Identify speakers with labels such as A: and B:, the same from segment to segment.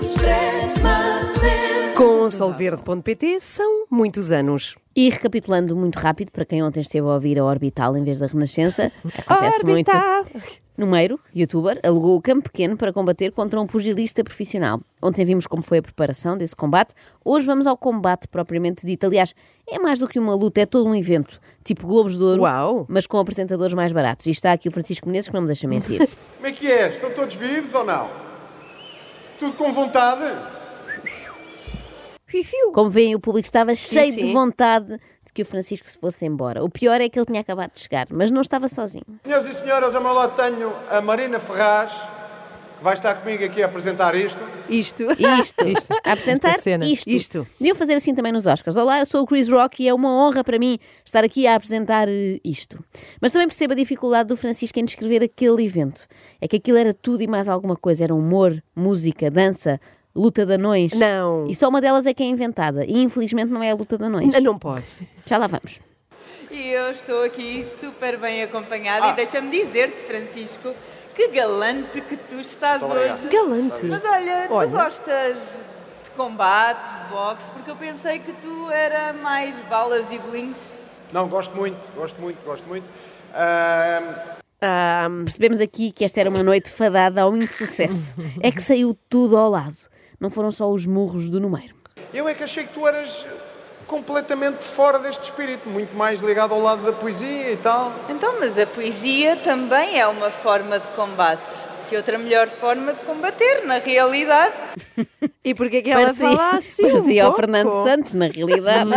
A: Extremamente.
B: Com solverde.pt são muitos anos.
C: E recapitulando muito rápido, para quem ontem esteve a ouvir a Orbital em vez da Renascença, acontece muito.
B: Orbital.
C: Numeiro, youtuber, alugou o campo pequeno para combater contra um pugilista profissional. Ontem vimos como foi a preparação desse combate, hoje vamos ao combate propriamente dito. Aliás, é mais do que uma luta, é todo um evento, tipo Globos de Ouro,
B: Uau.
C: mas com apresentadores mais baratos. E está aqui o Francisco Menezes que não me deixa mentir.
D: Como é que é? Estão todos vivos ou não? Tudo com vontade?
B: Fifiu.
C: Como veem, o público estava cheio
B: sim.
C: de vontade de que o Francisco se fosse embora. O pior é que ele tinha acabado de chegar, mas não estava sozinho.
D: Senhoras e senhores, ao meu lado tenho a Marina Ferraz, que vai estar comigo aqui a apresentar isto.
B: Isto.
C: Isto. A apresentar
B: Esta cena.
C: isto.
B: Isto.
C: Deviam fazer assim também nos Oscars. Olá, eu sou o Chris Rock e é uma honra para mim estar aqui a apresentar eh, isto. Mas também percebo a dificuldade do Francisco em descrever aquele evento. É que aquilo era tudo e mais alguma coisa. Era humor, música, dança, luta de anões.
B: Não.
C: E só uma delas é que é inventada. E infelizmente não é a luta de anões.
B: Não, não pode.
C: Já lá vamos.
E: E eu estou aqui super bem acompanhada
D: Ah.
E: e deixa-me dizer-te, Francisco, que galante que tu estás
D: Muito obrigado.
E: hoje.
B: Galante.
E: Mas olha,
B: Olha.
E: tu gostas de combates, de boxe, porque eu pensei que tu era mais balas e bolinhos.
D: Não, gosto muito, gosto muito, gosto muito. Ahm,
B: Ahm,
C: Percebemos aqui que esta era uma noite fadada ao insucesso. É que saiu tudo ao lado. Não foram só os murros do número.
D: eu é que achei que tu eras completamente fora deste espírito, muito mais ligado ao lado da poesia e tal.
E: Então, mas a poesia também é uma forma de combate. Que outra melhor forma de combater, na realidade.
B: e porquê que ela
C: Parecia-
B: fala assim?
C: parecia
B: um
C: ao Fernando
B: pouco?
C: Santos, na realidade.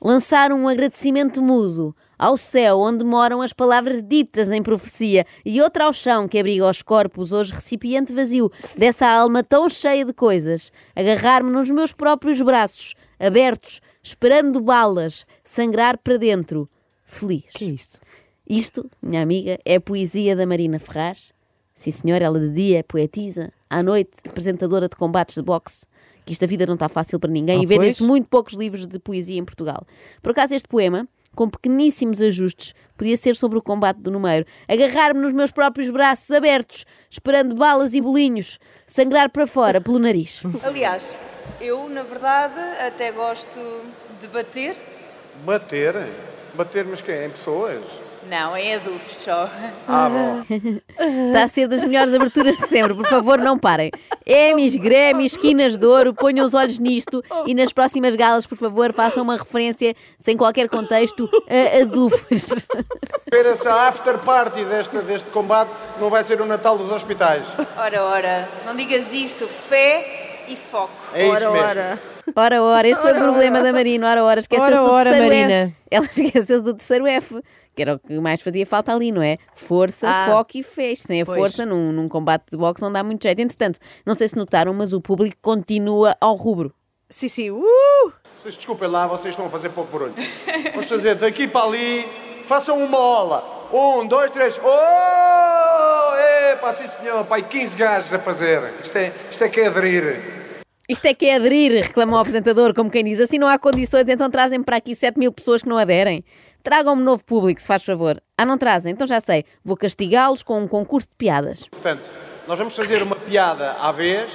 C: Lançaram um agradecimento mudo ao céu, onde moram as palavras ditas em profecia, e outro ao chão que abriga os corpos, hoje recipiente vazio, dessa alma tão cheia de coisas. Agarrar-me nos meus próprios braços, abertos, esperando balas, sangrar para dentro, feliz.
F: Que é isto?
C: Isto, minha amiga, é a poesia da Marina Ferraz. Sim, senhora, ela de dia é poetisa, à noite, apresentadora de combates de boxe. Que esta vida não está fácil para ninguém
F: Ah,
C: e vendem-se
F: pois.
C: muito poucos livros de poesia em Portugal. Por acaso, este poema, com pequeníssimos ajustes, podia ser sobre o combate do número. Agarrar-me nos meus próprios braços abertos, esperando balas e bolinhos, sangrar para fora, pelo nariz.
E: Aliás, eu, na verdade, até gosto de bater.
D: Bater? Bater, mas quem? Em pessoas?
E: Não, é adultos só.
D: Ah, bom.
C: Está a ser das melhores aberturas de sempre, por favor, não parem. Emis, Grêmios, esquinas de ouro, ponham os olhos nisto e nas próximas galas, por favor, façam uma referência sem qualquer contexto a adufes.
D: Ver essa after party desta, deste combate não vai ser o Natal dos hospitais.
E: Ora, ora, não digas isso, fé e foco.
D: É isso
B: Ora,
D: mesmo.
B: ora.
C: Ora, ora, este foi o problema da Marina, ora, ora, esqueceu-se
F: Ora,
C: do
F: ora,
C: terceiro F.
F: Marina.
C: Ela esqueceu-se do terceiro F, que era o que mais fazia falta ali, não é? Força, foco e fez. Sem a
F: Ah. Pois.
C: força, num, num combate de boxe não dá muito jeito. Entretanto, não sei se notaram, mas o público continua ao rubro.
B: Sim, sim. Uh!
D: Vocês desculpem lá, vocês estão a fazer pouco barulho. Vamos fazer daqui para ali, façam uma ola. Um, dois, três. Oh! Epá, sim senhor, pai, 15 gajos a fazer. Isto é, isto é que é aderir.
C: Isto é que é aderir, reclamou o apresentador, como quem diz. Assim não há condições, então trazem para aqui 7 mil pessoas que não aderem. Tragam-me novo público, se faz favor. Ah, não trazem? Então já sei. Vou castigá-los com um concurso de piadas.
D: Portanto, nós vamos fazer uma piada à vez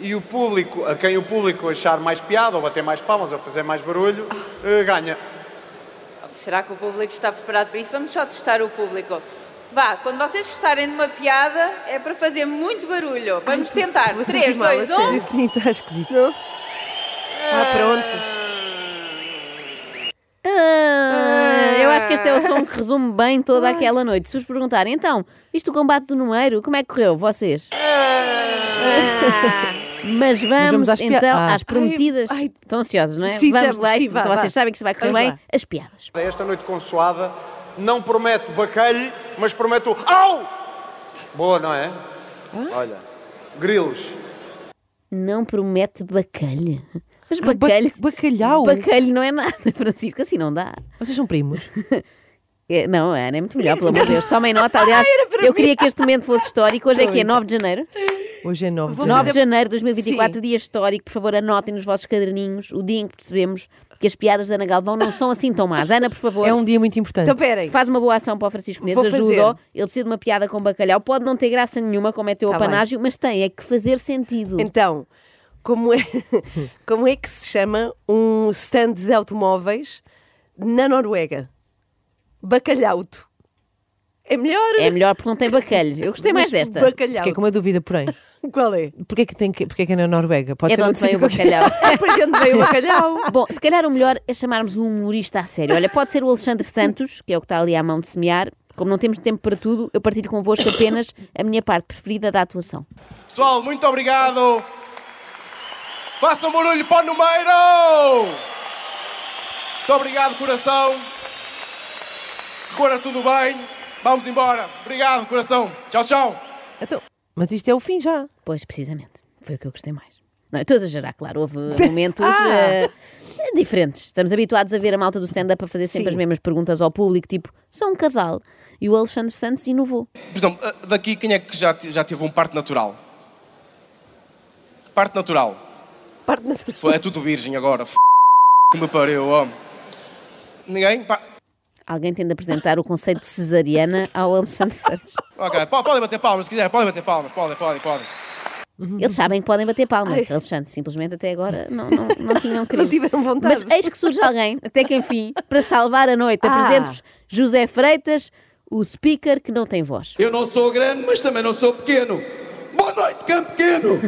D: e o público, a quem o público achar mais piada, ou bater mais palmas, ou fazer mais barulho, eh, ganha.
E: Será que o público está preparado para isso? Vamos só testar o público. Vá, quando vocês gostarem de uma piada, é para fazer muito barulho. Vamos tentar. um,
B: vou sentir
E: 3,
B: mal,
E: 2,
B: a sério.
E: 1.
F: Sim, sim, está esquisito.
B: tá Ah, pronto.
C: Ah, eu acho que este é o som que resume bem toda aquela noite. Se vos perguntarem, então, isto do combate do número, como é que correu? Vocês? Mas vamos,
F: Ah. vamos às pia-
C: então
F: Ah.
C: às prometidas.
B: Ai, ai.
C: Estão ansiosos, não é?
F: Sim,
C: vamos
F: estamos,
C: lá,
F: sim,
C: isto,
F: vá,
C: então
F: vá.
C: vocês sabem que isto vai correr
F: Vamos
C: bem.
F: lá.
C: As piadas.
D: Esta noite consoada não promete bacalho, mas promete o au! Boa, não é? Olha, grilos.
C: Não promete bacalha. Mas bacalho.
F: bacalhau?
C: Bacalho não é nada, Francisco, assim não dá.
F: Vocês são primos?
C: É, não, Ana, é muito melhor, pelo amor de Deus. Tomem nota,
B: Ah,
C: aliás, eu queria que este momento fosse histórico. Hoje é que é 9 de janeiro.
F: Hoje é 9 de
B: Vou
C: 9
F: janeiro.
C: de
B: fazer-
C: janeiro de 2024,
B: Sim.
C: dia histórico. Por favor, anotem nos vossos caderninhos o dia em que percebemos que as piadas da Ana Galvão não são assim tão más. Ana, por favor.
F: É um dia muito importante.
B: Então, peraí.
C: Faz uma boa ação para o Francisco Mendes,
B: Vou fazer.
C: ajuda-o. Ele precisa de uma piada com bacalhau. Pode não ter graça nenhuma, como é teu
B: Tá
C: apanágio, mas tem, é que fazer sentido.
B: Então, como é, como é que se chama um stand de automóveis na Noruega? Bacalhauto. É melhor?
C: É melhor porque não tem bacalho. Eu gostei mais
B: Mas
C: desta.
B: Bacalhauto.
F: Fiquei com uma dúvida, porém.
B: Qual é?
F: Porquê que, tem que, porquê que é na Noruega? Pode
C: É de
F: ser
C: onde
F: outro
C: vem o
F: sítio qualquer.
C: bacalhau.
B: É para gente veio o bacalhau.
C: Bom, se calhar o melhor é chamarmos um humorista a sério. Olha, pode ser o Alexandre Santos, que é o que está ali à mão de semear. Como não temos tempo para tudo, eu partilho convosco apenas a minha parte preferida da atuação.
G: Pessoal, muito obrigado. Façam barulho para o número. Muito obrigado, coração. Que Corra tudo bem. Vamos embora. Obrigado, coração. Tchau, tchau.
F: Então, mas isto é o fim já.
C: Pois, precisamente. Foi o que eu gostei mais. Não, eu estou a exagerar, claro. Houve momentos
B: Ah!
C: eh, diferentes. Estamos habituados a ver a malta do stand-up a fazer sempre
B: Sim.
C: as mesmas perguntas ao público, tipo, são um casal. E o Alexandre Santos inovou.
G: Por exemplo, ah, daqui quem é que já, te- já teve um parto natural? Parto natural.
B: Parte natural.
G: Foi- É tudo virgem agora. F... que me pariu, homem. Ninguém? Pa...
C: Alguém tem de apresentar o conceito de cesariana ao Alexandre Santos.
G: Ok, po- podem bater palmas se quiserem, podem bater palmas, podem, podem, podem.
C: Eles sabem que podem bater palmas. Alexandre, simplesmente até agora não, não, não tinham querido.
B: Não tiveram vontade.
C: Mas
F: é-
C: eis que surge alguém, até que enfim, para salvar a noite.
B: Ah.
C: Apresento-vos José Freitas, o speaker que não tem voz.
H: Eu não sou grande, mas também não sou pequeno. Boa noite, campo pequeno!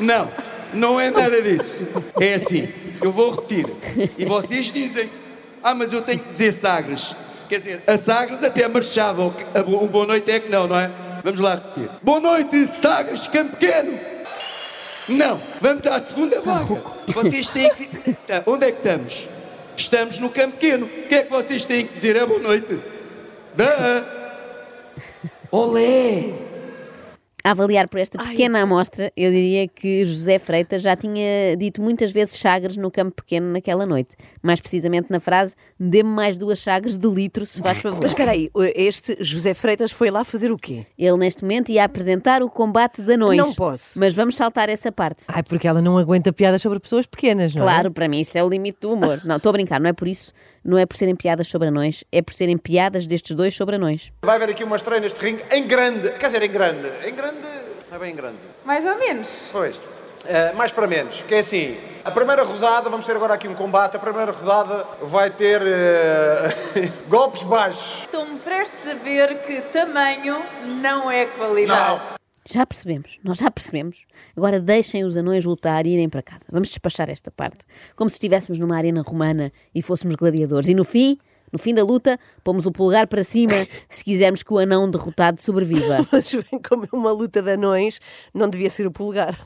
H: Não, não é nada disso. É assim, eu vou repetir. E vocês dizem, ah, mas eu tenho que dizer Sagres. Quer dizer, a Sagres até marchava, o que- a bo- o boa noite é que não, não é? Vamos lá repetir. Boa noite, Sagres, campo pequeno! Não, vamos à segunda vaga. Vocês têm que... Tá, Onde é que estamos? Estamos no campo pequeno. O que é que vocês têm que dizer? É boa noite. Dá. Olé!
C: A avaliar por esta pequena amostra, eu diria que José Freitas já tinha dito muitas vezes chagres no campo pequeno naquela noite. Mais precisamente na frase: dê-me mais duas chagres de litro, se faz favor.
B: Mas espera aí, este José Freitas foi lá fazer o quê?
C: Ele neste momento ia apresentar o combate de anões.
B: Não posso.
C: Mas vamos saltar essa parte.
F: Ai, porque ela não aguenta piadas sobre pessoas pequenas, não é?
C: Claro, para mim isso é o limite do humor. Não, estou a brincar, não é por isso. Não é por serem piadas sobre anões, é por serem piadas destes dois sobre anões.
D: Vai haver aqui uma estreia neste ringue em grande. Quer dizer, em grande. Em grande. Não é bem em grande.
E: Mais ou menos.
D: Pois. Eh, mais para menos, que é assim. A primeira rodada, vamos ter agora aqui um combate. A primeira rodada vai ter eh, golpes baixos.
E: Estou-me prestes a ver que tamanho não é qualidade.
C: Já percebemos, nós já percebemos. Agora deixem os anões lutar e irem para casa. Vamos despachar esta parte. Como se estivéssemos numa arena romana e fôssemos gladiadores. E no fim, no fim da luta, pomos o polegar para cima se quisermos que o anão derrotado sobreviva.
B: Mas bem como é uma luta de anões, não devia ser o polegar,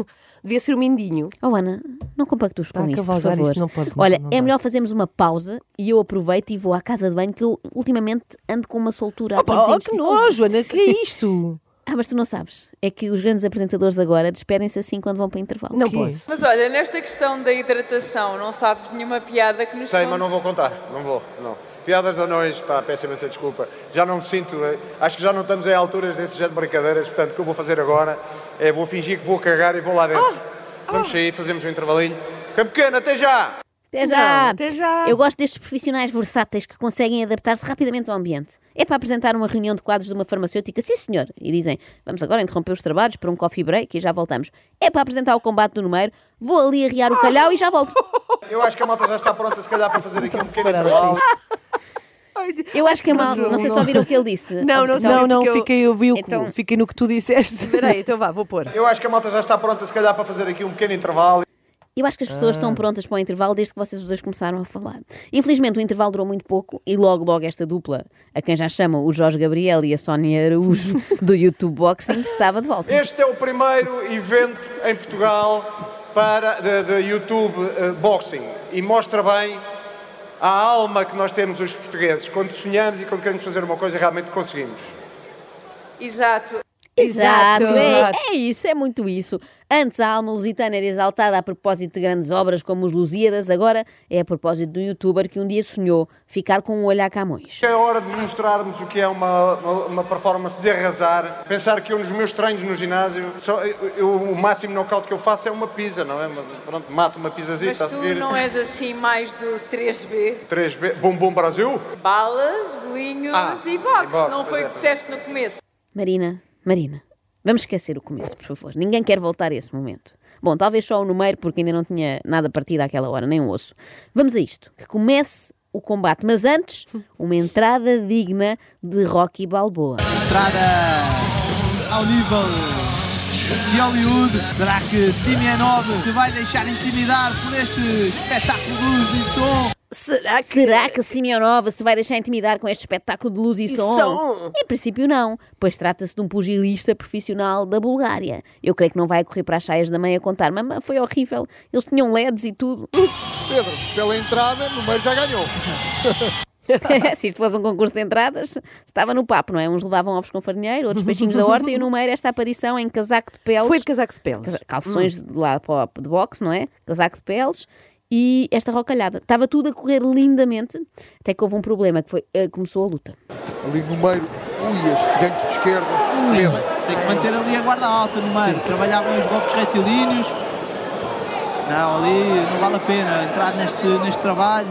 B: devia ser o mindinho.
C: Oh Ana, não compactues
F: a
C: com isto, por
F: cavalgar,
C: favor.
F: isto não pode, não-
C: Olha,
F: não
C: é
F: dá.
C: melhor fazermos uma pausa e eu aproveito e vou à casa de banho que eu ultimamente ando com uma soltura. a
F: Opa,
C: produzir
F: oh, que
C: intestino.
F: nojo, Ana, que é isto?
C: Ah, mas tu não sabes. É que os grandes apresentadores agora despedem-se assim quando vão para intervalo.
B: Não
F: quê?
B: posso.
E: Mas olha, nesta questão da hidratação, não sabes nenhuma piada que nos
D: Sei,
E: conte-
D: mas não vou contar. Não vou, não. Piadas de anões, pá, peço imensa desculpa. Já não me sinto, eh, acho que já não estamos em alturas desse género de brincadeiras, portanto, o que eu vou fazer agora é vou fingir que vou cagar e vou lá dentro. Vamos sair, fazemos um intervalinho. Campo pequeno, até já!
C: Até já!
B: Não, até já.
C: Eu gosto destes profissionais versáteis que conseguem adaptar-se rapidamente ao ambiente. É para apresentar uma reunião de quadros de uma farmacêutica, sim senhor, e dizem, vamos agora interromper os trabalhos para um coffee break e já voltamos. É para apresentar o combate do número, vou ali arriar o calhau e já volto.
D: Eu acho que a malta já está pronta, se calhar, para fazer aqui um pequeno
F: preparada,
D: intervalo.
C: Eu acho que é mal, não sei se ouviram o que ele disse.
B: Não, não,
F: Não, não,
B: porque eu-
F: fiquei, eu vi o que-
C: Então-
F: fiquei no que tu disseste.
B: Espera aí, então vá, vou pôr.
D: Eu acho que a malta já está pronta, se calhar, para fazer aqui um pequeno intervalo.
C: Eu acho que as pessoas
F: Ah.
C: estão prontas para o intervalo desde que vocês os dois começaram a falar. Infelizmente o intervalo durou muito pouco e logo logo esta dupla, a quem já chamam o Jorge Gabriel e a Sónia Araújo do YouTube Boxing, estava de volta.
D: Este é o primeiro evento em Portugal para de, de YouTube eh, Boxing e mostra bem a alma que nós temos os portugueses. Quando sonhamos e quando queremos fazer uma coisa, realmente conseguimos.
E: Exato.
C: Exato,
F: Exato.
C: É, é isso, é muito isso. Antes a alma lusitana era exaltada a propósito de grandes obras como os Lusíadas, agora é a propósito de um youtuber que um dia sonhou ficar com um olho a Camões.
D: É hora de mostrarmos o que é uma, uma, uma performance de arrasar. Pensar que eu, nos meus treinos no ginásio, só, eu- eu- o máximo nocaute que eu faço é uma pizza, não é? Uma- Pronto, mato uma pizzazita
E: Mas
D: tá a
E: tu
D: seguir.
E: não és assim mais do 3B?
D: Três be- Bombom Brasil?
E: Balas, bolinhos
D: Ah,
E: e boxe.
D: e boxe,
E: Não foi
D: pois
E: o
D: é,
E: que
D: pois é.
E: disseste no começo.
C: Marina, Marina, vamos esquecer o começo, por favor. Ninguém quer voltar a esse momento. Bom, talvez só o número, porque ainda não tinha nada partido àquela hora, nem um osso. Vamos a isto. Que comece o combate, mas antes, uma entrada digna de Rocky Balboa.
I: entrada ao nível de Hollywood. Será que Simeonov se vai deixar intimidar por este espetáculo de luz e som?
B: Será que.
C: Será que Simeonova se vai deixar intimidar com este espetáculo de luz e,
B: E
C: som?
B: som?
C: Em princípio não, pois trata-se de um pugilista profissional da Bulgária. Eu creio que não vai correr para as saias da mãe a contar. Mamã, foi horrível. Eles tinham LEDs e tudo.
D: Pedro, pela entrada, no meio já ganhou.
C: Se isto fosse um concurso de entradas, estava no papo, não é? Uns levavam ovos com farinheiro, outros peixinhos da horta e o número esta aparição em casaco de peles.
B: Foi de casaco de peles.
C: Casa- calções de lá para o- de boxe, não é? Casaco de peles e esta rocalhada. Estava tudo a correr lindamente, até que houve um problema, que foi, eh, começou a luta.
D: Ali no meio, ui, as ganhos de esquerda.
I: Tem que manter ali a guarda alta no meio. Trabalhavam os golpes retilíneos. Não, ali não vale a pena entrar neste, neste trabalho.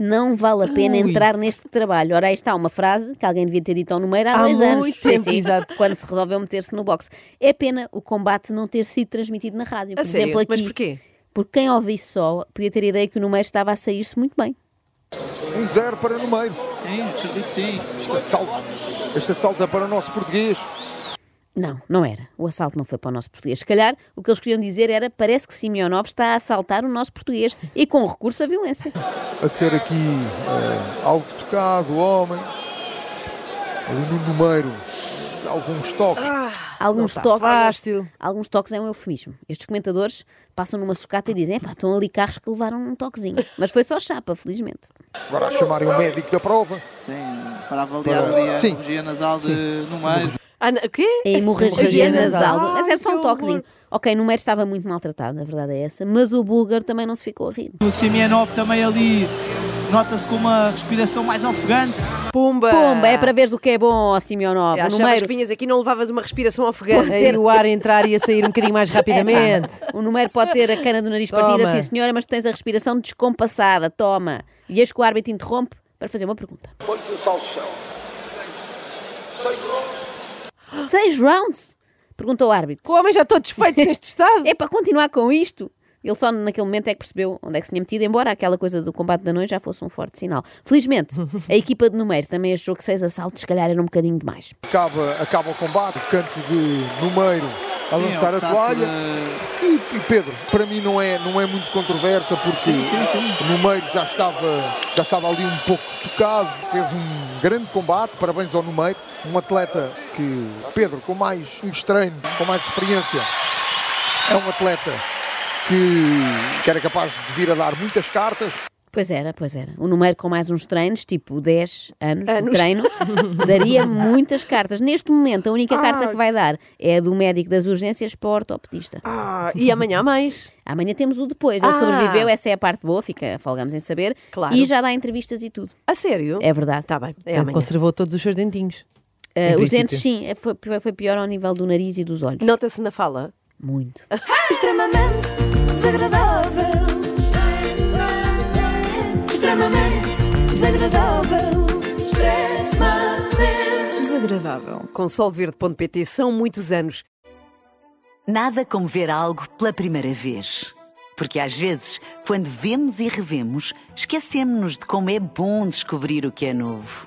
C: Não vale a pena
F: Ui.
C: entrar neste trabalho. Ora, aí está uma frase que alguém devia ter dito ao número há,
F: Há
C: dois
F: muito
C: anos.
F: tempo,
C: Sim, sim,
F: exato.
C: Quando se resolveu meter-se no boxe. É pena o combate não ter sido transmitido na rádio. Por
B: A sério?
C: exemplo, aqui.
B: Mas porquê?
C: Porque quem ouvisse só podia ter a ideia que o número estava a sair-se muito bem.
D: Um zero para no meio.
I: Sim, acredito que sim.
D: Este assalto, este assalto é para o nosso português.
C: Não, não era. O assalto não foi para o nosso português. Se calhar o que eles queriam dizer era parece que Simeonov está a assaltar o nosso português e com recurso à violência.
D: a ser aqui eh, algo tocado, homem. Ali no número, alguns toques.
C: Alguns
B: tá
F: está
C: toques.
F: fácil.
C: Alguns toques é um eufemismo. Estes comentadores passam numa sucata e dizem: "Epá, estão ali carros que levaram um toquezinho. Mas foi só chapa, felizmente.
D: Agora a chamarem o médico da prova.
I: Sim, para avaliar ali a
D: Sim.
I: cirurgia nasal de no meio.
B: Ah, não- o quê?
C: A hemorragia
F: É Hemorragia
C: nasal.
B: nasal.
C: Mas é só
B: Ai,
C: um
B: que
C: toquezinho.
B: horror.
C: Ok, no Mero estava muito maltratado, a verdade é essa. Mas o búlgaro também não se ficou a rir.
I: O Simeonov também ali nota-se com uma respiração mais ofegante.
B: Pumba!
C: Pumba, é para veres o que é bom, ó Simeonov.
B: Achavas
C: No Mero.
B: que vinhas aqui e não levavas uma respiração ofegante.
F: Aí o ar a entrar e a sair um bocadinho mais rapidamente.
C: O É, um número pode ter a cana do nariz
F: Toma.
C: partida, sim senhora, mas tu tens a respiração descompassada. Toma. E eis que o árbitro interrompe para fazer uma pergunta. Quantos assaltos são? Seis rounds. Seis rounds? Perguntou o árbitro.
F: O homem já estou desfeito neste estado.
C: É para continuar com isto? Ele só naquele momento é que percebeu onde é que se tinha metido, embora aquela coisa do combate da noite já fosse um forte sinal. Felizmente, a equipa de número também achou que seis assaltos, se calhar, era um bocadinho demais.
D: Acaba, acaba o combate, canto de número a
I: Sim,
D: lançar
I: é
D: a
I: o tato
D: toalha.
I: de-
D: E, e Pedro, para mim não é, não é muito controversa porque
I: sim, sim.
D: o Numeiro já estava, já estava ali um pouco tocado, fez um grande combate, parabéns ao Numeiro, um atleta que, Pedro, com mais uns treinos, com mais experiência, é um atleta que, que era capaz de vir a dar muitas cartas.
C: Pois era, pois era. O número com mais uns treinos, tipo 10 anos, de
B: Anos.
C: treino, daria muitas cartas. Neste momento, a única carta que vai dar é a do médico das urgências para o ortopedista.
B: Ah, e amanhã mais?
C: Amanhã temos o depois. Ele
B: Ah.
C: sobreviveu, essa é a parte boa, fica, folgamos em saber.
B: Claro.
C: E já dá entrevistas e tudo.
B: A sério?
C: É verdade.
B: Tá bem, é
F: Ele
B: amanhã.
F: conservou todos os seus dentinhos.
C: Ah,
F: Em
C: os
F: princípio.
C: dentes, sim, foi, foi pior ao nível do nariz e dos olhos.
B: Nota-se na fala.
C: Muito.
A: extremamente desagradável. Extremamente desagradável. Extremamente
B: Desagradável. Com solverde.pt são muitos anos.
J: Nada como ver algo pela primeira vez. Porque às vezes, quando vemos e revemos, esquecemos-nos de como é bom descobrir o que é novo.